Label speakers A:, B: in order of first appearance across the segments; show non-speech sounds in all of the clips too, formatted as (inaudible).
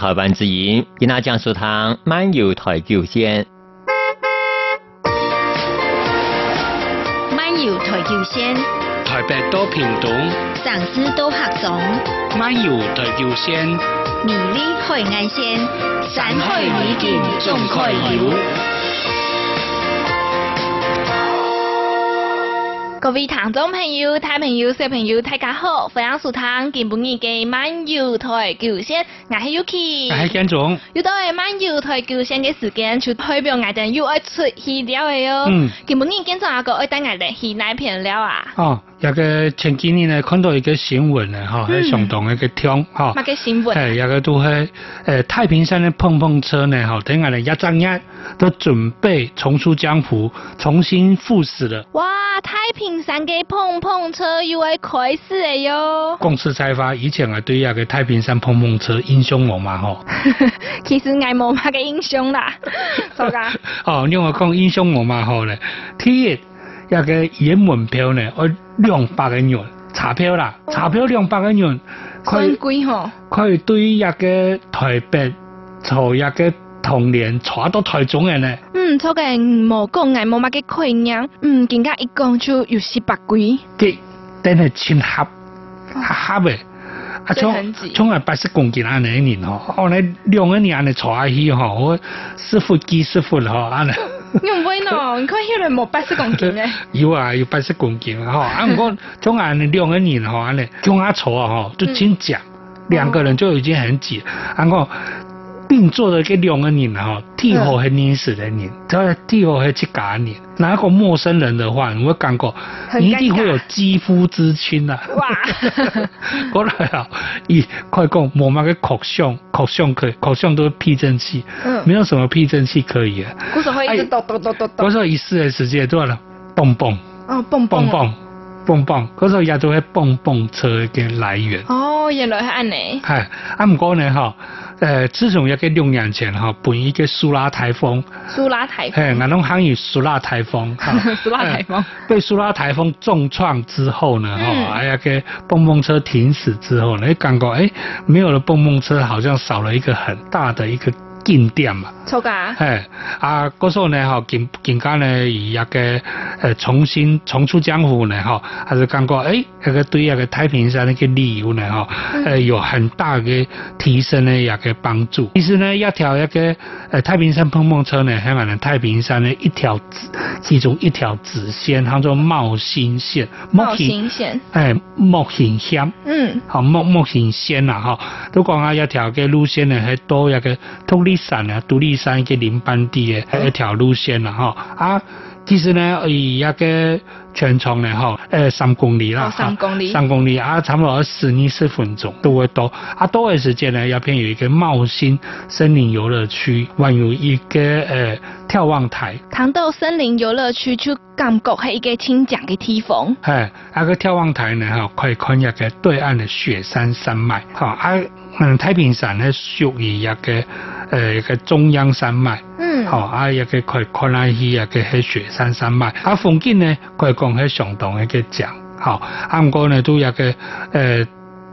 A: 台湾之音，今仔讲述堂漫游台九线。
B: 漫游台球先，
C: 台北到屏东，
B: 上司都客总，
C: 漫游台球线，
B: 迷你海岸线，山海美景
C: 中
B: 总可
C: 快游
B: 游。。
D: 各位听众朋友、大朋友、小朋友，大家好！欢迎收听今本日嘅漫游台球线，我是
C: 哎，
D: Yuki。
C: 姜总，
D: 又到了漫游台球线嘅时间，就代表我哋又要出去了嘅哟。
C: 嗯
D: 今本日今早阿个要带我哋去哪片了啊？
C: 哦，有个前几年呢看到一个新闻呢，哈、
D: 嗯
C: 喺上当一个听，哈、
D: 乜嘅新闻？
C: 哎，有个都喺诶太平山的碰碰车呢，哈、等下呢一张一都准备重出江湖，重新复始了。
D: 哇！太平山嘅碰碰车又要开始了哟。
C: 公司开发以前啊，对那个太平山碰碰车英雄我嘛，吼、
D: (laughs) 其实我冇乜嘅英雄
C: (laughs)
D: 啦，做噶。
C: 哦，另外讲英雄我嘛好咧，第一那个演门票呢，要两百个元，查票啦，查票两百个元，可
D: 算
C: 以
D: 贵吼。
C: 可以对那个台北坐那个同年坐到台中的呢，
D: 嗯，初个冇讲嘅冇乜嘅概念，嗯，更加一讲就有十八鬼，
C: 这真系千合合合的。啊，
D: 哦所以很
C: 从
D: 挤
C: 从来八十公斤安尼一年吼，哦后来两个年安尼坐下去吼，我师傅几师傅吼安尼。
D: 你唔会
C: (laughs)
D: 喏，你看迄个冇八十公斤咧，
C: 有啊，有八十公
D: (laughs)
C: 斤吼，啊，不过中啊，你两个人吼，啊嘞，中啊坐吼，
D: 嗯
C: 就真挤，
D: 哦
C: 两个人就已经很挤，啊我并坐的这两个人吼，地好很认识的
D: 嗯
C: 人，他地好很去家人，哪个陌生人的话，你会感觉
D: 很
C: 你一
D: 尴
C: 定
D: 尬
C: 会有肌肤之亲
D: (laughs)
C: 呐、啊。 (laughs)
D: 哇，
C: 过来啊，伊快讲，无嘛个口相，口相可以，口相都是避震器，没
D: 嗯，
C: 有什么避震器可以啊。
D: 骨手会一直抖抖抖抖
C: 我
D: 抖，
C: 说一世的世界多了，蹦蹦。
D: 哦，蹦
C: 蹦
D: 蹦，
C: 蹦蹦蹦，嗰首也都係蹦蹦車嘅來源。
D: 哦，原来系安尼，
C: 係啊，唔過呢，吼，誒，自從一個六年前，吼，本一個蘇拉颱風，
D: 苏拉台
C: 誒，我攏喊有蘇拉颱風，哈
D: (laughs) 苏拉台风，
C: 被蘇拉颱風重創之後呢，
D: 嗯
C: 哈，哎呀，個蹦蹦車停駛之後呢，你感覺誒，沒有了蹦蹦車，好像少了一個很大的一個勁點嘛。
D: 错噶，
C: 嘿，啊，嗰時候呢，吼，更更加呢，而家嘅誒呃重新重出江湖呢，吼，還是感覺誒，欸那個對那個太平山那個旅遊呢，吼，誒有很大嘅提升呢，也嘅幫助。其實呢，一條一個誒呃太平山碰碰車呢，香港人太平山呢一條直其中一條直線，叫做茂興線，
D: 好新鮮，
C: 誒哎茂興鄉。
D: 嗯，
C: 好木木神仙啦吼，都講啊一條嘅路線呢，係多一個獨立山啊，獨立山嘅林班地嘅
D: 嗯
C: 一條路線啦吼。啊，其實呢，伊一個全長呢吼，誒三公里啦，
D: 哦三公里
C: 三公里啊，差不多十二十分鐘都會到。啊，多嘅時間呢，入邊有一個茂新森林遊樂區，還有一個誒眺望台。
D: 糖豆森林游乐区就感觉系一个清涼嘅地方，
C: 哎，啊个眺望台呢，哈，可以看一个对岸的雪山山脉，哈，啊，嗯，太平山呢属于一个呃一个中央山脉，
D: 嗯，
C: 好、啊，一个可以看下去一个迄雪山山脉，啊，风景呢可以讲迄相当的个强，好、啊，不过呢都有一个呃。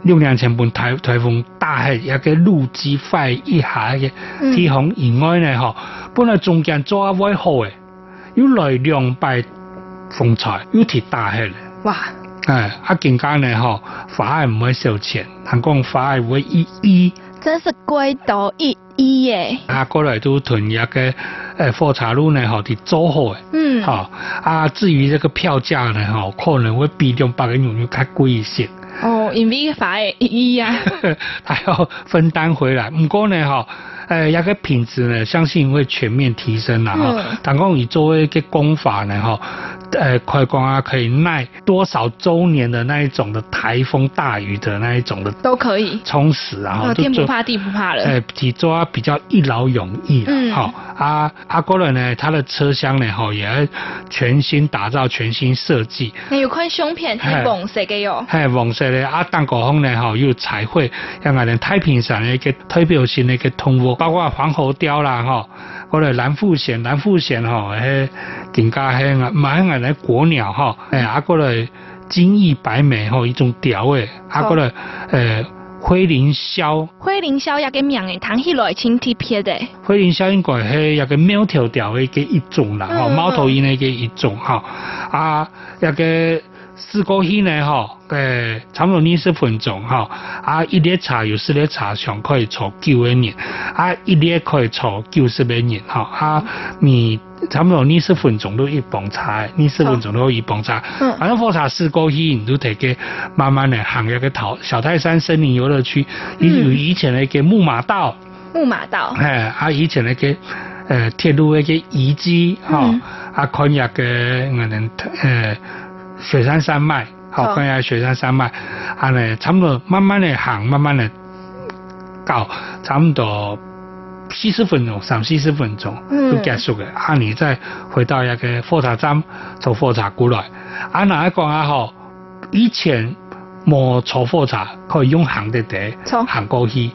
C: 六年前本台台风大系一个路基快一下嘅
D: 嗯
C: 天空以外呢，吼、本来中间做一位好嘅，要来两摆风台，要跌大起咧。
D: 哇，
C: 哎，啊，更加呢吼，法爱唔会收钱，人讲法爱会一一，
D: 真是贵到一一耶，
C: 啊，过来都囤一个诶火茶路呢吼，伫做好诶，
D: 嗯，
C: 吼、啊，至于这个票价呢吼，可能会比两百个牛牛较贵一些， (laughs)
D: 哦，因为法嘅一一啊，
C: 还要分担回来。不过呢吼，呃诶、一个品质呢，相信会全面提升啦吼
D: 嗯。
C: 但讲以作为一个功法呢吼，呃，快光啊可以耐多少周年的那一种的台风大雨的那一种的
D: 都可以。
C: 充实啊，
D: 啊，
C: 吼
D: 天不
C: 做
D: 怕地不怕了。
C: 呃，体做啊比较一劳永逸啊
D: 嗯
C: 好、啊，阿哥人呢，他的车厢呢，吼，也要全新打造、全新设计，
D: 那有款胸片是红色的哟，
C: 嘿，黄色呢，啊，蛋果红呢，吼，又彩绘，像俺们太平山的一个代表性的一个通路，包括黄喉雕啦，吼，或者蓝腹鹇、蓝腹鹇吼，嘿，更加嘿，买俺啊的国鸟吼，哎，啊，过来金翼白眉吼，一种雕诶，啊，过来，呃，火灵霄，
D: 火灵霄也个名诶，通起来清贴撇的。
C: 火灵霄应该是一个苗条条的一个一种啦，吼、
D: 嗯嗯
C: 猫头鹰的一个一种吼，啊，一个四个戏呢吼，呃诶、差不多二十分钟吼，啊，一列茶有四列茶上可以坐九个人，啊，一列可以坐九十个人吼，啊，你差不多二十分钟都一捧茶的，二十分钟都一捧茶。
D: 嗯
C: 反正佛茶寺过去，你都得给慢慢的行一个头小泰山森林游乐区，
D: 嗯
C: 你有以前那个木马道，
D: 木马道，
C: 嘿，啊以前那个呃铁路那个遗迹哈，
D: 嗯
C: 啊看一个我们呃雪山山脉，好、
D: 好
C: 看一下雪山山脉，啊呢差不多慢慢的行，慢慢的到差不多。四十分钟，三四十分钟
D: 嗯
C: 就结束嘅。啊，你再回到一个火车站，坐火车过来。啊，哪一讲啊？吼，以前冇坐火车，可以用行的地
D: 坐
C: 行过去。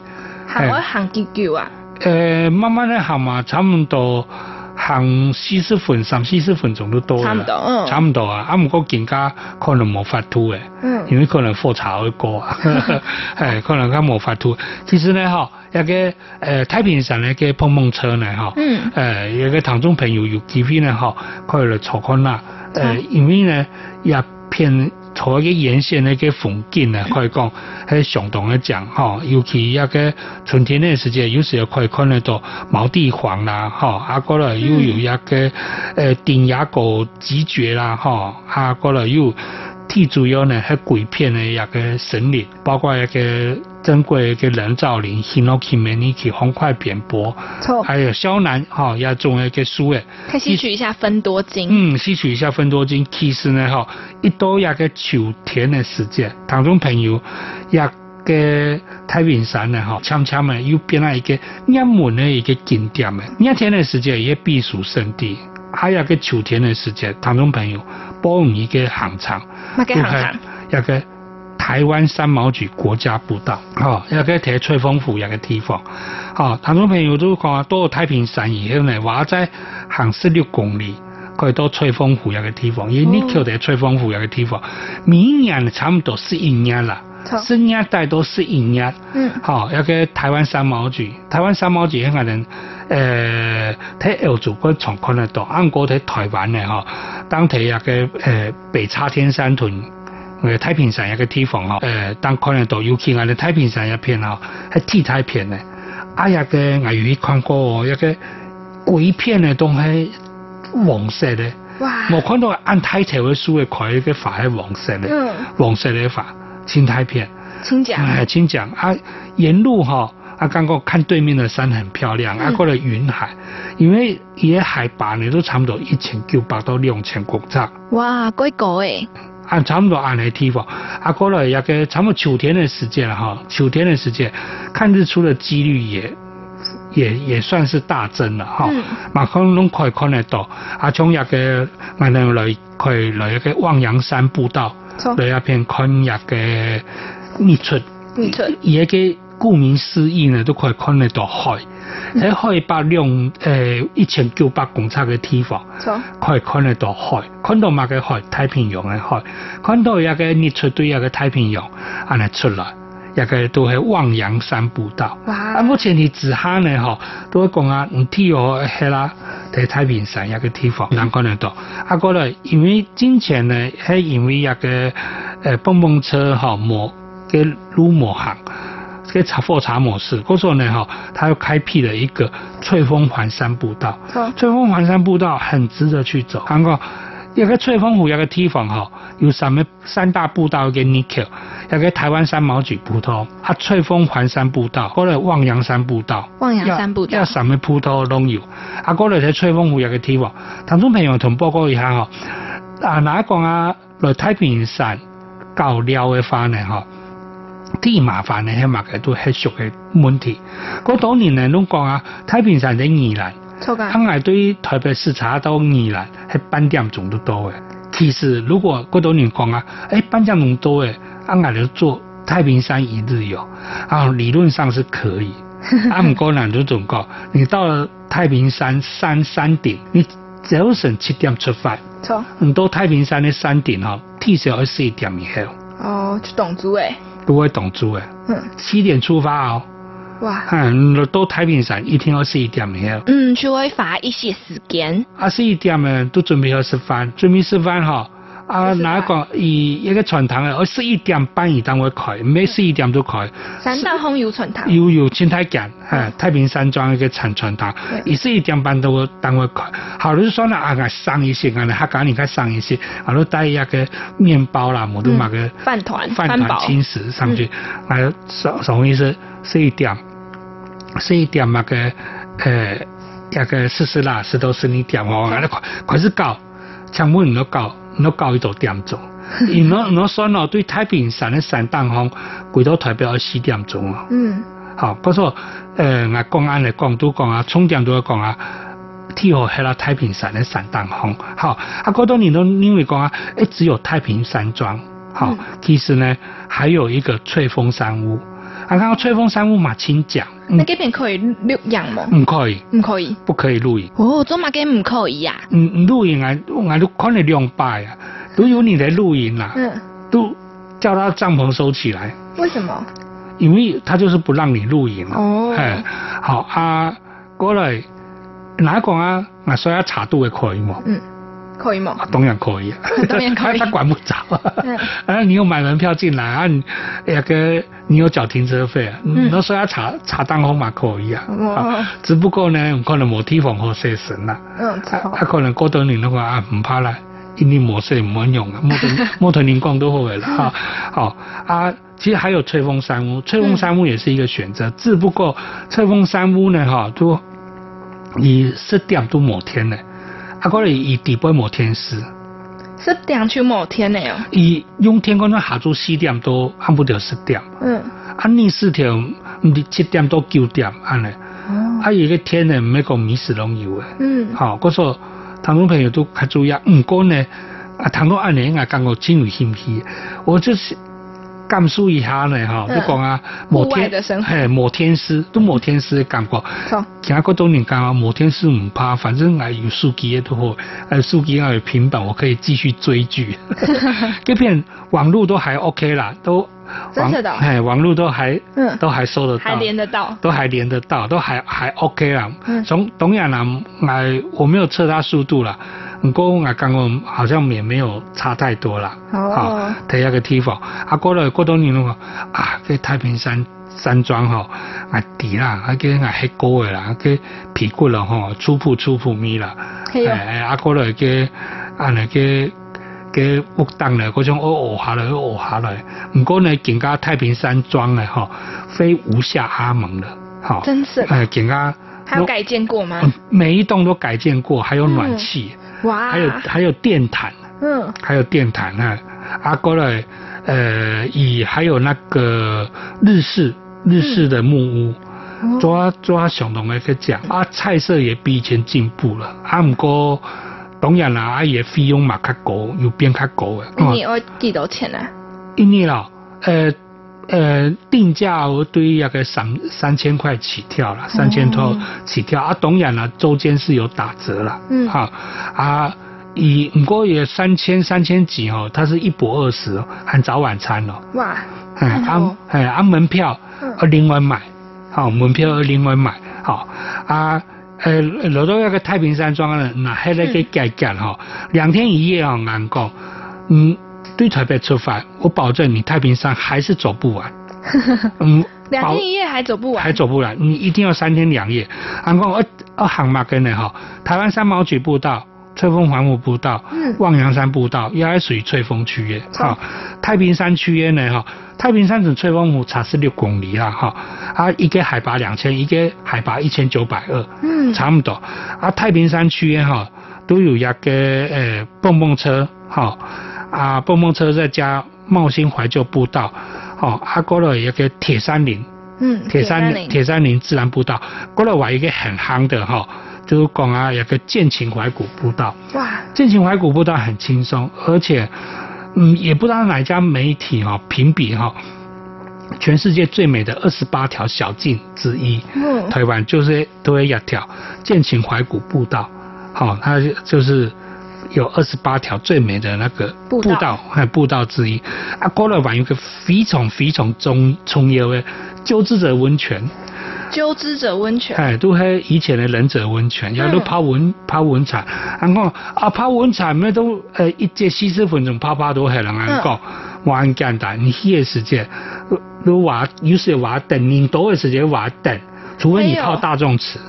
D: 行我
C: 嘿
D: 行几久啊？
C: 呃，慢慢的行嘛，差唔多行四十分、三四十分钟都多
D: 差唔多，
C: 啦，
D: 嗯，
C: 差唔多啊。啊，唔过更加可能冇法度嘅，
D: 嗯
C: 因为可能火茶會過
D: (laughs)
C: 啊，誒，可能佢冇法度。其實呢，吼，有個誒太平山嘅嘅碰碰車呢，吼，
D: 嗯
C: 誒呃有個唐中朋友有機會呢，吼，可以嚟坐看啦。
D: 啊
C: 誒，因為呢，一片坐一個沿線嘅嘅風景呢，可以講係相當嘅正，吼，尤其一個春天嘅時節，有時候可以看得到毛地黃啦，吼，啊，嗰度又有一個誒電野狗咀嚼啦，吼，啊，嗰度又。最主要呢，係鬼片的一個神靈，包括一個珍貴嘅人造林、h i n o k i m a n i k i 紅塊扁柏，
D: 错，
C: 還有肖楠哈，也種一個樹嘅。
D: 可以吸取一下分多精。
C: 嗯，吸取一下芬多精。其實呢，哈，一到一個秋天的時節，當中朋友一個太平山呢，哈，悄悄呢又變了一個熱門的一個景點的。熱天的時節也避暑勝地，還有一個秋天的時節，當中朋友報名一個行程。
D: 乜嘅行程？
C: 一個台灣三毛榉國家步道，哦，一個睇吹風湖一個地方，哦，聽眾朋友都講到太平山以後呢，話在行十六公里。佢到吹風湖一個地方，因為呢條嘅吹風湖一個地方，明年差唔多十一年啦，十年大到十一年，
D: 嗯
C: 好、一個台灣三毛榉，台灣三毛榉香港人，誒睇澳洲嗰場看得到，啱過睇台灣咧嗬，當睇一個誒呃北叉天山屯。誒太平山一個地方哦，誒，當看得到，尤其我哋太平山一片哦，係鐵太片咧，啊，一個我有去看過哦，一個鬼片咧，都係黃色咧，
D: 哇，
C: 我看到按睇條嘅書嘅佢嘅花係黃色咧，
D: 嗯，
C: 黃色嘅花，青苔片。
D: 请讲。
C: 哎，请讲啊，沿路哈、啊，刚刚看对面的山很漂亮，啊，
D: 嗯
C: 过了云海，因为也海拔呢都差不多一千九百到两千公尺，
D: 哇，鬼狗诶，
C: 啊，差不多安尼地方，啊，过了一个差不多秋天的时间了哈、秋天的时间看日出的几率也。也也算是大增了哈
D: 嗯，
C: 嘛可能拢可以看得到，啊，从一个，我哋来可以来一个望洋山步道，
D: 错，
C: 来一片看一个日出，
D: 日出
C: 伊迄个顧名思義呢，都可以看得到海，喺海拔兩誒一千九百公尺嘅地方，
D: 错，
C: 可以看得到海，看到乜嘅海？太平洋嘅海，看到一個日出對一個太平洋，安尼出來，一個都係望洋山步道。啊，
D: 哇，
C: 目前你子哈呢吼，都講啊，唔睇哦，係啦，睇太平山一個地方，能看得到。啊，過來，因為之前呢，係因為一個誒呃碰碰車吼冇嘅路冇行，嘅查貨查模式，嗰時候呢吼，他又開闢了一個翠峰環山步道。
D: 错，
C: 翠峰环山步道很值得去走。韩国有个翠峰湖有个地方哈，有三个三大步道嘅 Nico，有个台湾三毛榉步道，啊翠峰环山步道，嗰个望洋山步道，
D: 望洋山步道
C: 要三个步道拢有。啊，嗰度睇翠峰湖有个地方，唐中朋友同报告一下吼，啊哪一讲啊来太平山到了嘅话呢吼。啲麻煩咧，喺物嘅都係屬嘅問題。嗰當年咧，都講啊，太平山喺宜蘭，
D: 错噶，
C: 香港對於台北市查到宜蘭係半點鐘都到嘅。其實如果嗰度人講啊，誒、半點鐘到誒，啊我哋做太平山一日遊，啊理論上是可以。啊唔過人都總講，你到了太平山山山頂，你早晨七點出發，
D: 错，
C: 唔到太平山嘅山頂哦，至少要四點以後。
D: 哦，就懂族诶，
C: 都会懂住诶，
D: 嗯，
C: 七点出发哦，
D: 哇，
C: 嗯，到太平山一天要十一点以后，
D: 嗯，就会花一些时间，
C: 啊十一点呢都准备要吃饭，准备吃饭哈、啊，
D: 吃饭
C: 哪一个以一个传统诶，我十一点半以单位开，
D: 嗯
C: 每十一点都开，
D: 三道红油传糖，
C: 要有青太讲，
D: 嗯
C: 啊，太平山庄一个长传堂，也是一点半都单位开。好，就是说呢，啊，俺上一些，俺客家人家上一些，啊，都带一个面包
D: 嗯
C: 啦，我都买个
D: 饭团
C: 饭
D: 饭
C: 团
D: 包
C: 轻食上去，啊，什什么意思？是一点，是一点那个，呃，那个四十啦，十到十一点哦，俺那快快是搞，全部人都搞，都搞一到点钟。因我我说喏，对太平山的山当风，回到台北要四点钟哦。
D: 嗯，
C: 好，嗰所誒，我公呃安嚟講都講啊，充電都講啊，天河係啦太平山嘅山丹峰，好，啊嗰多年都因為講啊，誒只有太平山莊，好
D: 嗯，
C: 其實呢還有一個翠峰山屋，啊，剛剛翠峰山屋嘛，請講，
D: 那
C: 嗯
D: 这边可以录样吗？
C: 唔可以，
D: 唔可以，
C: 不可以露營，
D: 哦，做嘛嘅唔可以啊？
C: 嗯，露營啊，我都看了兩拜啊，都有你嚟露營啦，
D: 嗯，
C: 都叫他帳篷收起來，
D: 为什么？
C: 因為他就是不讓你露營啊。
D: 哦，
C: 哎，好啊，过来，哪一个啊？啊，所以啊，茶都会可以嘛，
D: 嗯，可以吗？
C: 啊，当然可 (laughs) 以啊，
D: 哦当然可以
C: 他管不着
D: 嗯
C: 啊。 (laughs) 啊，你有买门票进来啊？你那个你有缴停车费啊？
D: 嗯
C: 那所以啊，茶茶当红嘛可以啊。
D: 哦
C: 啊只不过呢，可能冇地方好设神啦。
D: 嗯，
C: 啊，啊可能嗰段年嘅話啊唔怕啦，呢啲模式唔肯用啊，摩屯摩屯年光都好嘅啦嚇。好啊，其實還有翠峰山屋，翠峰山屋也是一個選擇，只不過翠峰山屋呢嚇都以十點都摩天咧，啊嗰里以底部摩天師，
D: 十点去某天的哦，
C: 以用天光下晝四點都按不到十點，
D: 嗯，
C: 啊呢四條唔知七點到九點安咧，
D: 哦，
C: 啊有一個天呢唔係講迷失攏有嘅。
D: 嗯，
C: 好，嗰所唐中朋友都較注意，唔過呢，啊，唐中按年啊，感覺真有興趣，我就是感受一下呢，哈、
D: 嗯
C: 就講啊，
D: 户
C: 摩
D: 外的生
C: 天，
D: 活
C: 嘿，摩天師都摩天師嘅感覺，
D: 好，
C: 其他嗰種人講啊，摩天師唔怕，反正我有手機嘅都好，誒手機啊有平板，我可以繼續
D: (laughs)
C: 追劇。這片網絡都還 OK 啦，都
D: 真的的哦
C: 嘿，網絡都還
D: 嗯，
C: 都還收得到，
D: 还连得到，
C: 都还连得到，都还还 OK 啦。
D: 嗯
C: 从东亚啦，哎，我没有测它速度啦，不过我刚刚好像也没有差太多啦。
D: 哦，
C: 睇下个地方，啊，过了过多年咯，啊，去太平山山庄吼，啊地啦，啊个啊吃高的啦，啊个皮骨啦吼，粗布粗布咪啦，
D: 嘿哟
C: 哎啊过来个啊那个。嘅屋凳咧，嗰種我熬下來，我熬下來。唔過呢，更加太平山莊咧，嗬，非無下阿蒙啦，嗬。
D: 真是的，
C: 哎，更加
D: 还有改建过吗？
C: 嗯每一栋都改建過，還有暖氣，
D: 哇
C: 還，嗯有
D: 啊
C: 還有電毯，
D: 嗯，
C: 还有电毯啊，啊，过来，呃，以还有那个日式日式的木屋，抓抓熊同嘅去讲啊，菜色也比以前进步了，啊，唔过当然啦，啊，也费用嘛较高，又变较高嘅，
D: 那你要几多钱啊？
C: 一年啦，呃呃，定价我对那个三三千块起跳啦，三千多起跳、啊，当然啦，周间是有打折啦，
D: 嗯
C: 哈啊，以不过也三千三千几哦，它是一博二十哦，含早晚餐哦，
D: 哇，
C: 哎
D: 嗯哦
C: 啊哎啊门票
D: 嗯
C: 要另外买，好、门票要另外买，好、啊。呃，落到那个太平山庄呢，那迄个改革吼，两天一夜哦，难讲，嗯，对台北出发，我保证你太平山还是走不
D: (laughs)
C: 完，嗯，
D: 两
C: 保
D: 天一夜还走不
C: 还
D: 完，
C: 走不完，你一定要三天两夜。啊俺讲二二行嘛跟呢哈，台湾三毛榉步道、翠峰环湖步道、
D: 嗯
C: 望洋山步道，也还属于翠峰区耶。哈、太平山区耶呢哈，太平山ถึ翠峰湖差是六公里啦哈，啊一个海拔两千，一个海拔一千九百二，
D: 嗯，
C: 差不多。啊太平山区耶哈，都有一个呃蹦蹦车哈，啊蹦蹦车再加茂兴怀旧步道，哦啊过了一个铁山林。
D: 嗯，
C: 铁山
D: 岭，
C: 铁山林自然步道，过来玩一个很夯的哈，就是讲啊，有个剑琴怀古步道，
D: 哇，
C: 剑琴怀古步道很轻松，而且嗯，也不知道哪一家媒体哈、评比哈、全世界最美的二十八条小径之一，
D: 嗯，
C: 台湾就是都会一条剑琴怀古步道，好、它就是有二十八条最美的那个
D: 步道
C: 还步道之一。啊，过了晚有个非常非常重重要的鸠之者温泉，
D: 鸠之者温泉，
C: 哎，都系以前的忍者温泉，然后
D: 嗯
C: 泡温泡温泉，啊我啊泡温泉咩都呃一节四十分钟泡泡都系人咁講，話很簡單，你去嘅時間，你話有時話等，你多嘅時間話等，除非你
D: 哎呦
C: 泡大眾池。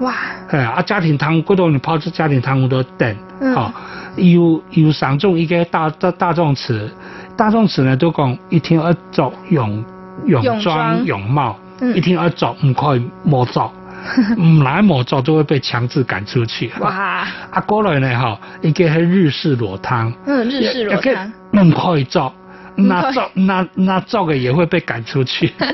D: 哇，
C: 诶，啊家庭汤嗰度你泡出家庭汤好多等，
D: 嗯
C: 哦，有有上种一个大大大众池，大众池呢都讲一天要着泳
D: 泳
C: 泳
D: 裝
C: 装泳帽，
D: 嗯
C: 一天要着唔可以冇
D: (laughs)
C: 着，唔来冇着就会被强制赶出去。
D: 哇，
C: 啊，过来呢吼，一个系日式裸汤，
D: 嗯，日式裸汤，
C: 唔可以做，
D: 唔可以
C: 那做那那做的也会被赶出去。
D: (laughs)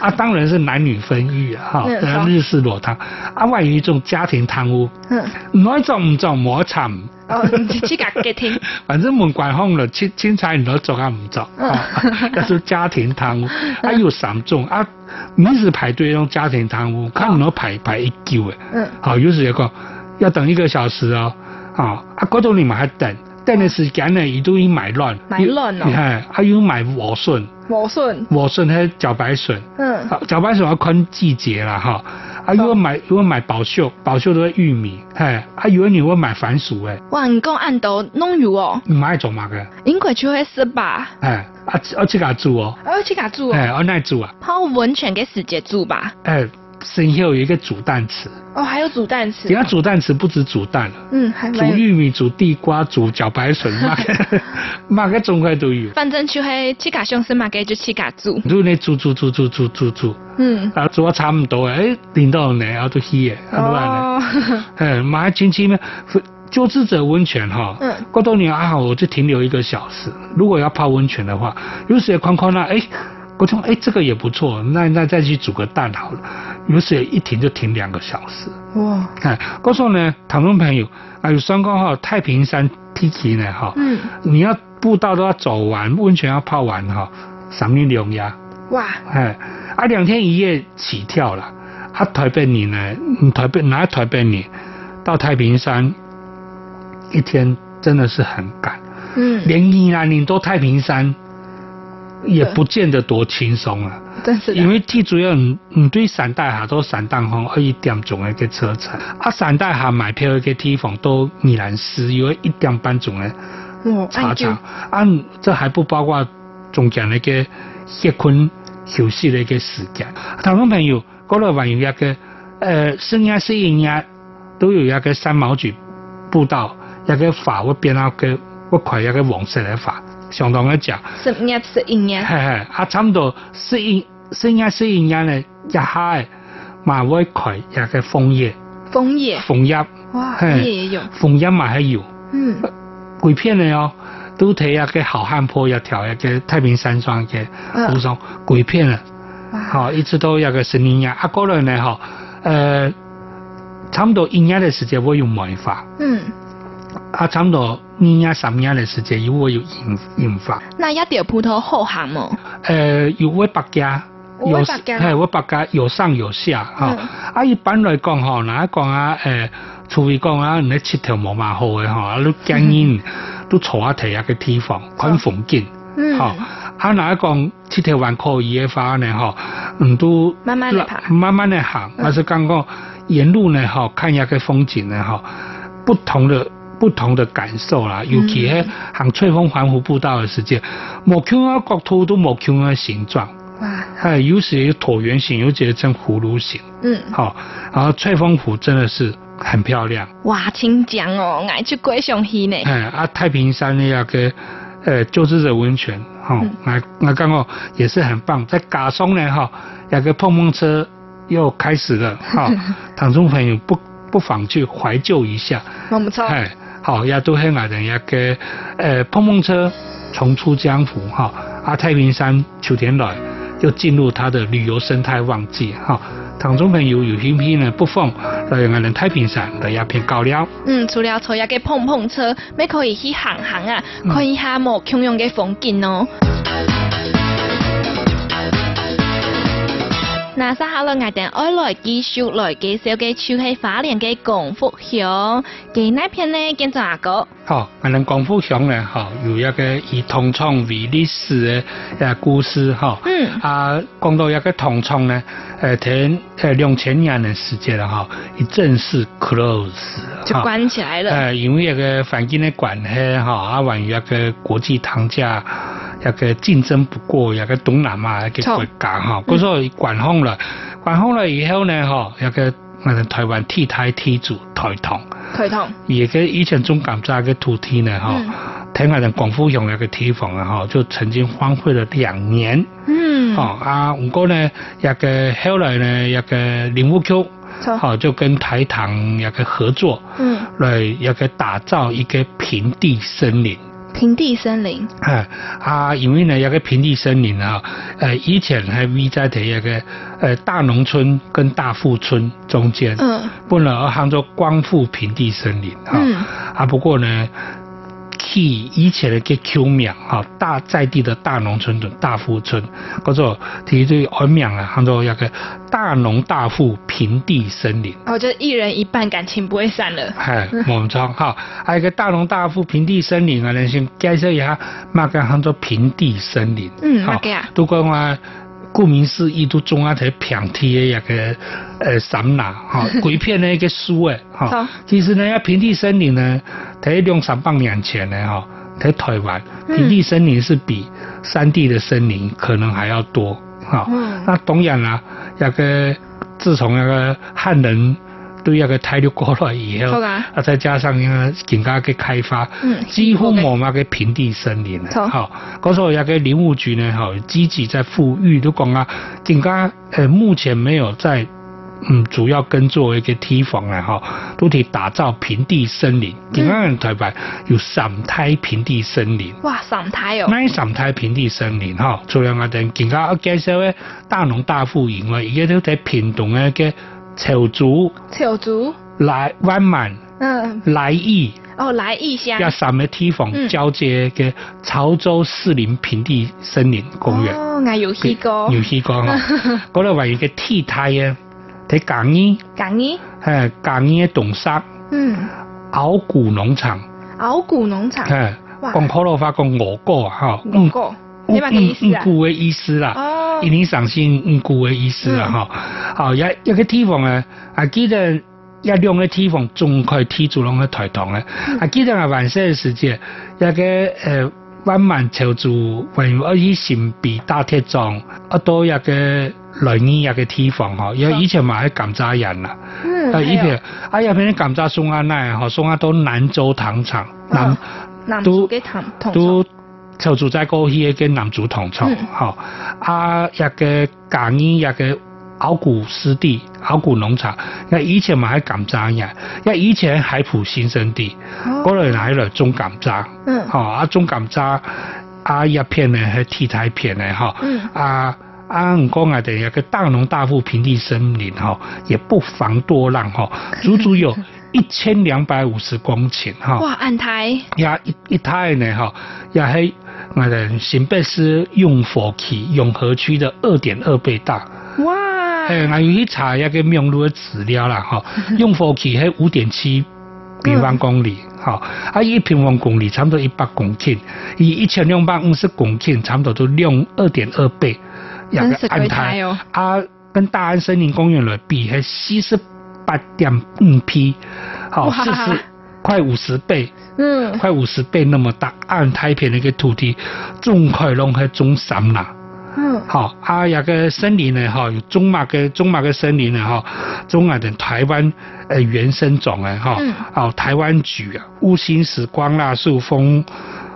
C: 啊，当然是男女分浴啊哈，
D: 嗯
C: 然后日式裸汤。啊，万一一种家庭贪污，
D: 嗯，
C: 唔做唔做摩擦，
D: 哦，你去甲给听，
C: 反正门关控了，青青菜你都做啊唔做，
D: 嗯
C: 啊， (laughs) 那是家庭
D: (laughs)
C: 贪污。啊，有三种啊，名字排队用家庭贪
D: 哦
C: 污，看唔到排排一久的。
D: 嗯，
C: 好，有时也讲要等一个小时哦，啊，啊，嗰度你们还等，等的时间呢，伊都已买乱，
D: 买乱哦
C: 你看，还有买莴笋，
D: 我顺，
C: 莴笋还茭白笋，
D: 嗯，
C: 啊茭白笋要看季节啦哈，
D: 哦
C: 啊，如果买如果买宝秀，宝秀都是玉米，嘿，啊，如果你会买番薯诶，
D: 哇，你讲按到弄有哦，
C: 唔爱做嘛个，
D: 应该就会死吧，
C: 嘿，啊，我自家煮哦，
D: 我要去甲煮
C: 嘿，
D: 哦，
C: 我耐煮啊，
D: 泡温泉给世界煮吧，
C: 哎，身后有一个煮蛋池，
D: 哦，还有煮蛋
C: 人
D: 吃
C: 家，煮蛋池不止煮蛋了。
D: 嗯，还
C: 煮
D: 蛮，
C: 玉米、煮地瓜、煮茭
D: (laughs)
C: 白笋，那个那个种块都有。
D: 反正就会去甲上司嘛，给就去甲煮，
C: 都那煮煮煮煮煮煮煮，
D: 嗯，
C: 啊煮啊差唔多诶，领到呢，啊都去诶，啊都安
D: 哦，
C: 诶，马上去咩？救治者温泉哈，
D: 嗯
C: 过多年啊，我就停留一个小时。如果要泡温泉的话，有时框框那诶，我就哎这个也不错，那那再去煮个蛋好了。有时一停就停两个小时。
D: (laughs) 哇，
C: 哎，嗰时候呢，唐众朋友啊，有双刚号太平山 T K 呢哈，
D: 嗯，
C: 你要步道都要走完，温泉要泡完哈，三日两夜，
D: 哇，
C: 哎，啊两天一夜起跳了，啊台北你呢，嗯台北哪台北你到太平山一天真的是很赶，
D: 嗯，
C: 连宜兰你都太平山也不见得多轻松啊。
D: 真是
C: 因
D: 的，
C: 为最主要唔唔对散大下都散淡风可以点钟嘅嘅车程，啊散大下买票嘅地方都宜兰市有一点半钟嘅
D: 哇，
C: 茶
D: 按
C: 厂，啊这还不包括中间那个歇困休息嘅嘅时间。台湾朋友，嗰度还有一个，呃，四日四日都有一个三毛榉步道，一个法我边啊嘅，我睇一个黄色嘅法，相当嘅正。
D: 十年十一年
C: 系，系，啊，差唔多适应适应适应人咧，一下诶，嘛会佢一嘅枫叶，
D: 枫叶，
C: 枫叶，
D: 哇，
C: 嘿
D: 叶也有，
C: 枫叶嘛系有，
D: 嗯，
C: 鬼片咧哦，都睇一嘅好汉坡一条一嘅太平山庄嘅
D: 嗯
C: 古松鬼片啊，
D: 哇，
C: 好、一直都有一个十年人，啊，嗰人咧吼，呃，差唔多一年嘅时间我用梅花，
D: 嗯，
C: 啊，差唔多二年三年嘅时间又我有樱樱花。
D: 那一点葡萄后行哦，
C: 呃，有位百家，
D: 有位百家
C: 系位百家有上有下哈、
D: 嗯
C: 啊，一般来讲吼，哪一讲啊，诶、除非讲啊，你切条冇嘛好嘅吼，啊，你经验都坐下睇下嘅地方，看风景，
D: 嗯，
C: 吼、啊，哪一讲切条还可以嘅话呢，吼，唔都
D: 慢慢地爬
C: 慢慢地行，
D: 嗯
C: 或者讲讲沿路呢，吼，看一下嘅风景呢，吼，不同的。不同的感受
D: 嗯
C: 啦，尤其喺行吹风环湖步道的时间，冇看啊角度都冇看啊形状，
D: 哇，
C: 哎，有些椭圆形，有些成葫芦形，
D: 嗯，
C: 好、然后翠峰湖真的是很漂亮，
D: 哇，请讲哦，爱去鬼上戏呢，
C: 哎啊，太平山那个呃救治者温泉，哈、哦
D: 嗯，
C: 那那刚好也是很棒，在嘎松呢哈，有个碰碰车又开始了哈，唐中朋友不不妨去怀旧一下，
D: 我们错，
C: 哎，好，也都系我哋一个呃碰碰车重出江湖哈，啊太平山秋天来又进入它的旅游生态旺季哈。唐中朋友有兴趣呢，不妨来我哋太平山来一片高了。
D: 嗯，除了坐一个碰碰车，咩可以去行行啊，
C: 嗯
D: 看一下无穷样嘅风景哦。那接下來我哋愛來繼續來介紹嘅就係花蓮嘅功福鄉，佢那片呢建築阿哥。
C: 好，我們光復鄉呢，哈，有一個以同窗為歷史的呃故事哈。
D: 嗯
C: 啊，講到一個同窗呢，呃，喺呃兩千年的時間了哈，已正式 close
D: 就
C: 哈
D: 關起來了。
C: 呃，因為一個環境的關係哈，啊，還有一個國際糖價，一個競爭不過一個東南亞嘅國家
D: 嗯
C: 哈，嗰所以管控了，管控了以後呢，哈，一個我哋台灣替代替主台糖，
D: 佢同
C: 而嘅以前中港寨嘅土地呢，哈、
D: 嗯
C: 台灣人廣府用一個地方啊，哈，就曾經荒廢了兩年，
D: 嗯，
C: 哦啊，唔過呢，一個後來呢，一個林務局，
D: 錯
C: 好、就跟台糖一個合作。
D: 哦嗯，
C: 来一个打造一个平地森林。
D: 平地森林，
C: 啊啊，因为呢，一个平地森林啊，呃，以前还 V 在的一个呃大农村跟大富村中间，
D: 嗯
C: 本来要喊做光复平地森林啊、
D: 嗯
C: 啊，不过呢，去以前的个 Q 名啊，大在地的大农村的大富村，嗰做提出安名啊，喊做一个大农大富平地森林。
D: 哦，就一人一半，感情不會散了。
C: 嗨，猛装哈，还有一个大龙大富平地森林啊，咱先介绍一下，嘛个叫做平地森林。
D: 嗯
C: 好
D: 嘛个啊
C: 都讲话，顾名思义，都中啊台平地的一个呃森林哈，
D: (laughs)
C: 鬼片的一个书诶
D: 好
C: 哈。其实呢，平地森林呢，在两三百年前呢哈，在台湾，
D: 嗯
C: 平地森林是比山地的森林可能还要多哈。
D: 嗯
C: 那当然啦，一个自从那个汉人对那个态度过来以后，
D: 好啊
C: 啊再加上那个人家嘅开发，
D: 嗯
C: 几乎冇乜嘅平地森林啦
D: 好
C: 好，嗰时候有个林务局呢，好积极在富裕，都讲啊，人家呃目前没有在嗯主要耕作的一个地方啦，哈，啊都得打造平地森林。
D: 嗯
C: 人家人台湾有三胎平地森林。
D: 哇，上台哦，
C: 那一上太平地森林哈，除了我哋更加介紹嘅大農大富以外，而家都睇屏東嘅嘅潮族、
D: 潮族，
C: 來灣蠻、
D: 嗯，
C: 來義
D: 哦，來異
C: 一
D: 鄉，
C: 三個地
D: 嗯
C: 方交接嘅潮州士林平地森林公園。
D: 哦，我有去過，
C: 有去
D: (laughs)
C: 過哈，啊嗰度為嘅梯梯啊，睇港衣，
D: 講你，
C: 誒港衣嘅洞沙、
D: 嗯，
C: 鳌骨農場，
D: 檮谷農場，
C: 誒
D: 哇
C: 講可樂發講我哥啊哈，
D: 五個，你嘛嘅意思
C: 嗯
D: 啊？
C: 固嘅意思啦。
D: 哦
C: 一，定赏心嗯顾的意思哦啦吼。好，有一个地方咧，啊记得一两个地方仲可以踢住啷个台堂咧，啊记得啊晚些时节，一个诶弯慢朝住为我哦以前被打铁撞，啊到一个来呢一个地方吼，因为以前嘛喺甘炸人啦。
D: 嗯，
C: 嗯啊，
D: 還
C: 以
D: 有
C: 前啊，入边甘炸松安奈吼，松安啊都南州糖厂，南
D: 哦南
C: 都
D: 族嘅糖糖
C: 都就住在過去嘅男主同床
D: 嗯，
C: 吼、啊，一嘅假衣，一嘅鳌骨濕地、鳌骨農場，因為以前嘛喺甘蔗嘅，因為以前喺海埔新生地，嗰
D: 哦，
C: 類喺嚟種甘蔗，
D: 嗯
C: 吼、啊種甘蔗啊一片呢係替代片呢，吼、
D: 嗯
C: 啊。啊，唔講我哋一個大農大富平地森林吼，也不妨多浪吼，足
D: (laughs)
C: 足有一千兩百五十公頃吼。
D: 哇，安台，
C: 也一一太呢哈，也係我哋新北市永和區永和區的二點二倍大。
D: 哇，
C: 誒，我有去查一個名錄嘅資料啦哈，永和區係五點七平方公里，哈、啊一平方公里差不多一百公頃，以一千兩百五十公頃差不多都兩二點二倍，一
D: 真是
C: 個
D: 鬼台
C: 安泰
D: 哦，
C: 啊，跟大安森林公園來比係四十八點五 P，好
D: 哇
C: 四十快五十倍。
D: 嗯，
C: 快五十倍那么大，按太平的一个土地，种开拢系种森啦，
D: 嗯，
C: 好、啊，有个森林呢，哈、有中马嘅中马嘅森林呢，哈、中马的台湾呃原生种呢，哈、
D: 嗯
C: 哦，台湾菊啊，乌心石光蜡树枫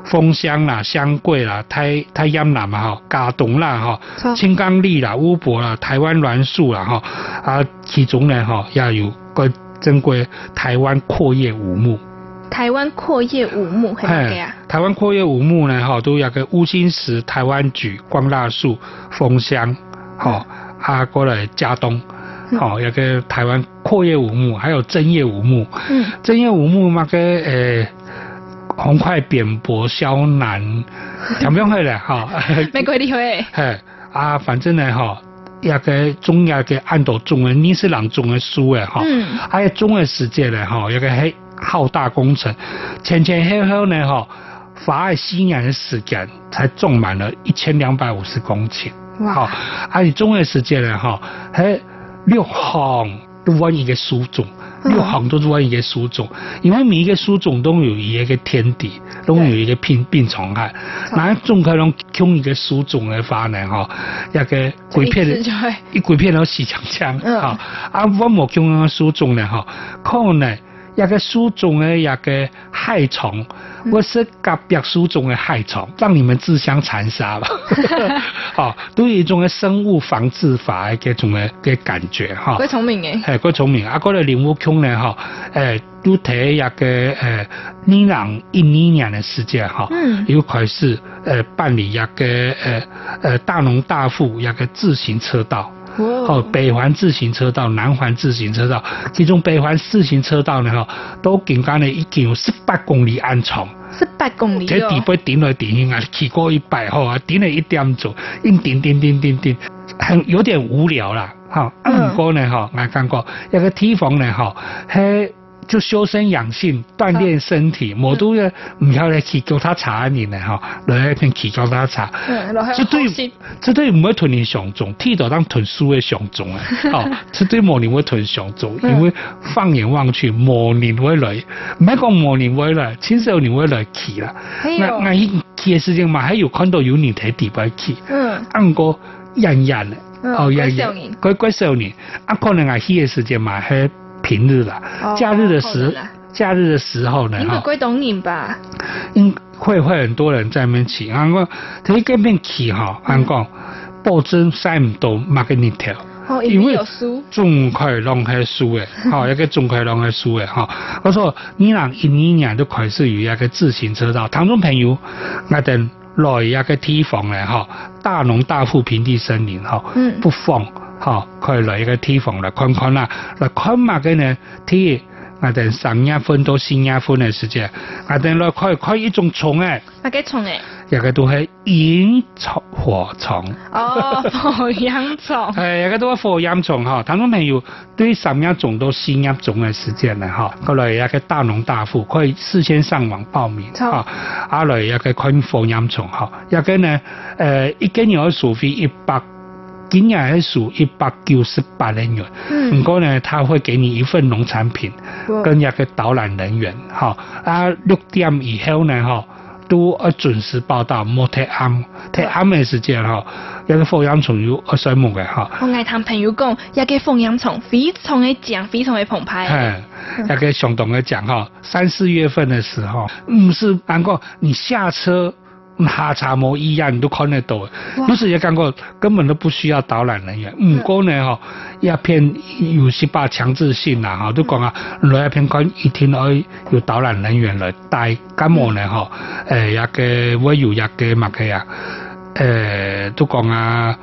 C: 枫香啦、香桂啦、胎胎秧啦嘛，哈、嘎董啦，哈、
D: 错
C: 青冈栎啦、乌柏啦、台湾栾树啦，哈、啊，其中呢，哈、要有个珍贵台湾阔叶五木。
D: 台灣闊葉五木係乜嘅啊？
C: 台湾阔叶五木呢，吼都有个乌心石、台湾菊、光蜡树、枫香，吼、啊过来加东，吼、有个台湾阔叶五木，还有针叶五木，
D: 嗯，
C: 针叶五木嘛个诶。红块扁柏、萧楠，讲不用会了哈。 (laughs)
D: 玫瑰你會
C: 嘿，啊，反正呢，哈，一个中亚嘅按到种嘅伊斯兰种嘅树嘅吼，
D: 嗯
C: 啊，种嘅世界咧吼，一个系浩大工程，前前后后呢吼，花了四年嘅时间才种满了一千两百五十公顷。好，啊，你中文世界呢，哈，还六行都玩一个书种，
D: 嗯
C: 六行都是玩一个书种，因为每一个书种都有一个天敌，都有一个病病虫害，那种可能用一个书种来发呢，哈，一个鬼片
D: 一次就
C: 的，
D: 会
C: 一鬼片然后死强强，
D: 嗯
C: 哈，啊，我冇用那个书种呢，哈，可能。一个书种的一个害虫，
D: 嗯
C: 我是隔壁书种的害虫，让你们自相残杀
D: (laughs)
C: 吧。哦，都有一种嘅生物防治法嘅一种嘅嘅感覺哈。
D: 鬼聪明诶，
C: 誒，嗰種名啊，嗰個林屋腔咧哈，誒都睇一嘅誒呢呃人一呢年嘅時間哈，
D: 嗯
C: 又開始誒辦呃理一嘅誒誒呃大農大富一嘅自行車道。
D: 嗯
C: 哦，北环自行车道、南环自行车道，其中北环自行车道呢，吼，都更加呢已經有十八公里安長。
D: 十八公里
C: 即係地
D: 哦，
C: 杯點來點去啊，奇過一百號啊，點嚟一點做，應點點點點點，很有點無聊啦，哈。
D: 嗯
C: 唔過呢，哈，我感覺有個地方呢，哈，係就修身養性、鍛鍊身體，無都嘅唔要嚟祈求他查你呢，哈，嚟一片祈求他查。
D: 嗯， (laughs) 落去
C: 絕
D: 好
C: 對
D: 先，
C: 絕對唔會囤你上中，剃到當囤書嘅上中
D: (laughs)
C: 啊！哦，絕對冇人會囤上中，
D: 嗯
C: 因為放眼望去，冇人會來，唔係講冇人會來，青少年會來去啦。
D: 哎
C: 那
D: 呦
C: 那一件事情嘛，还有看到有人睇地板去，
D: 嗯，
C: 按个人人
D: 嗯
C: 哦人
D: 怪少年
C: 人，怪怪少年，啊可能啊，迄个时间嘛，还平日啦，
D: 哦
C: 假日的
D: 可能
C: 时
D: 啦，
C: 假日的时候呢，
D: 应该
C: 哈，
D: 鬼懂人吧？
C: 应会会很多人在那边骑，啊我，睇嗰边骑哈，啊讲，保证塞唔到乜嘅人条。
D: 哦，
C: 因为
D: 有书，
C: 仲係浪係輸嘅，吼、一個仲係浪係輸嘅，吼、哦我說你人一年年都開始有一個自行車道，唐中朋友，我哋來一個地方咧，吼、哦大農大富平地森林，吼、
D: 嗯
C: 不哦妨，吼、佢來一個地方來看看啦，來看嘛嘅呢，睇我哋三月份到四月份嘅時間，我哋來看看一種蟲誒，
D: 那个虫啊诶，
C: 一個都係螢草火蟲。
D: 哦， (laughs) 火洋虫，
C: 誒，而家都一副音種嚇，坦中朋友對什麼種都先一種嘅時間咧嚇，佢嚟一個大農大富，可以事先上網報名嚇，
D: 錯
C: 啊嚟一個看副音種嚇，一個呢誒一斤有收費一百。今日係數一百九十八人元，
D: 嗯
C: 唔過呢，他會給你一份農產品
D: 哇
C: 跟一個導覽人員，哈啊六點以後呢，哈都要準時報到，冇太暗，太暗嘅時間哈，一個副音蟲要二十目嘅哈。
D: 我爱听朋友讲，那个凤阳虫非常的强，非常的澎湃。
C: 嗯，要跟熊董哥讲哈，三四月份的时候，嗯，是难过你下车。嗯哈查摩一样，你都看得到的。就是也讲过，根本都不需要导览人员。唔过呢，吼，一片有些把强制性啦，吼，都讲啊，来一片看一天可以有导览人员来带，感冒呢，吼，诶，也嘅我有也嘅物嘅啊，诶，都讲啊。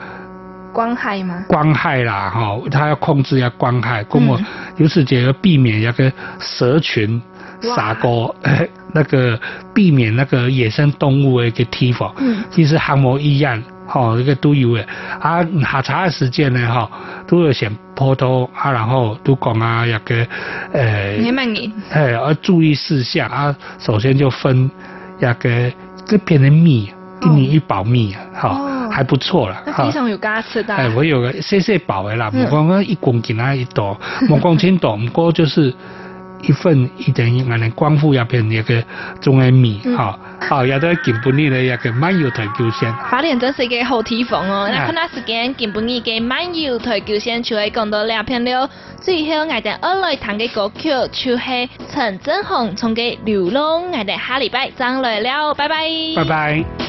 D: 光海吗？
C: 光害啦，哈、他要控制一下光害，跟我
D: 嗯
C: 尤其节要避免一个蛇群
D: 哇
C: 撒钩， (laughs) 那个避免那个野生动物的一个踢法。
D: 嗯
C: 其实航模一样，吼、这个都有的。啊，下查的时间呢，哈、都有选坡头啊，然后都讲啊，一个呃，
D: 你慢点，
C: 哎，要注意事项啊，首先就分一个这片的蜜，一年一保蜜啊，哈、
D: 哦
C: 还不错啦，
D: 那
C: 哈
D: 非常有价值的啊。
C: 哎，我有个细细包的啦，
D: 嗯
C: 唔讲讲一公斤啊一
D: (laughs)
C: 多，冇讲千多，唔过就是一份一等于俺哋光复入边一个中嘅米
D: 嗯，
C: 哈，好，也都基本呢咧一个蛮有台球先。
D: 花莲真是一个好地方哦，那
C: 哎
D: 看那时间根本已经漫游台球线，就会讲到两片了。最后，我哋二来弹嘅歌曲就是陈振宏唱嘅《流浪》，我哋下礼拜再来了，拜拜。
C: 拜拜。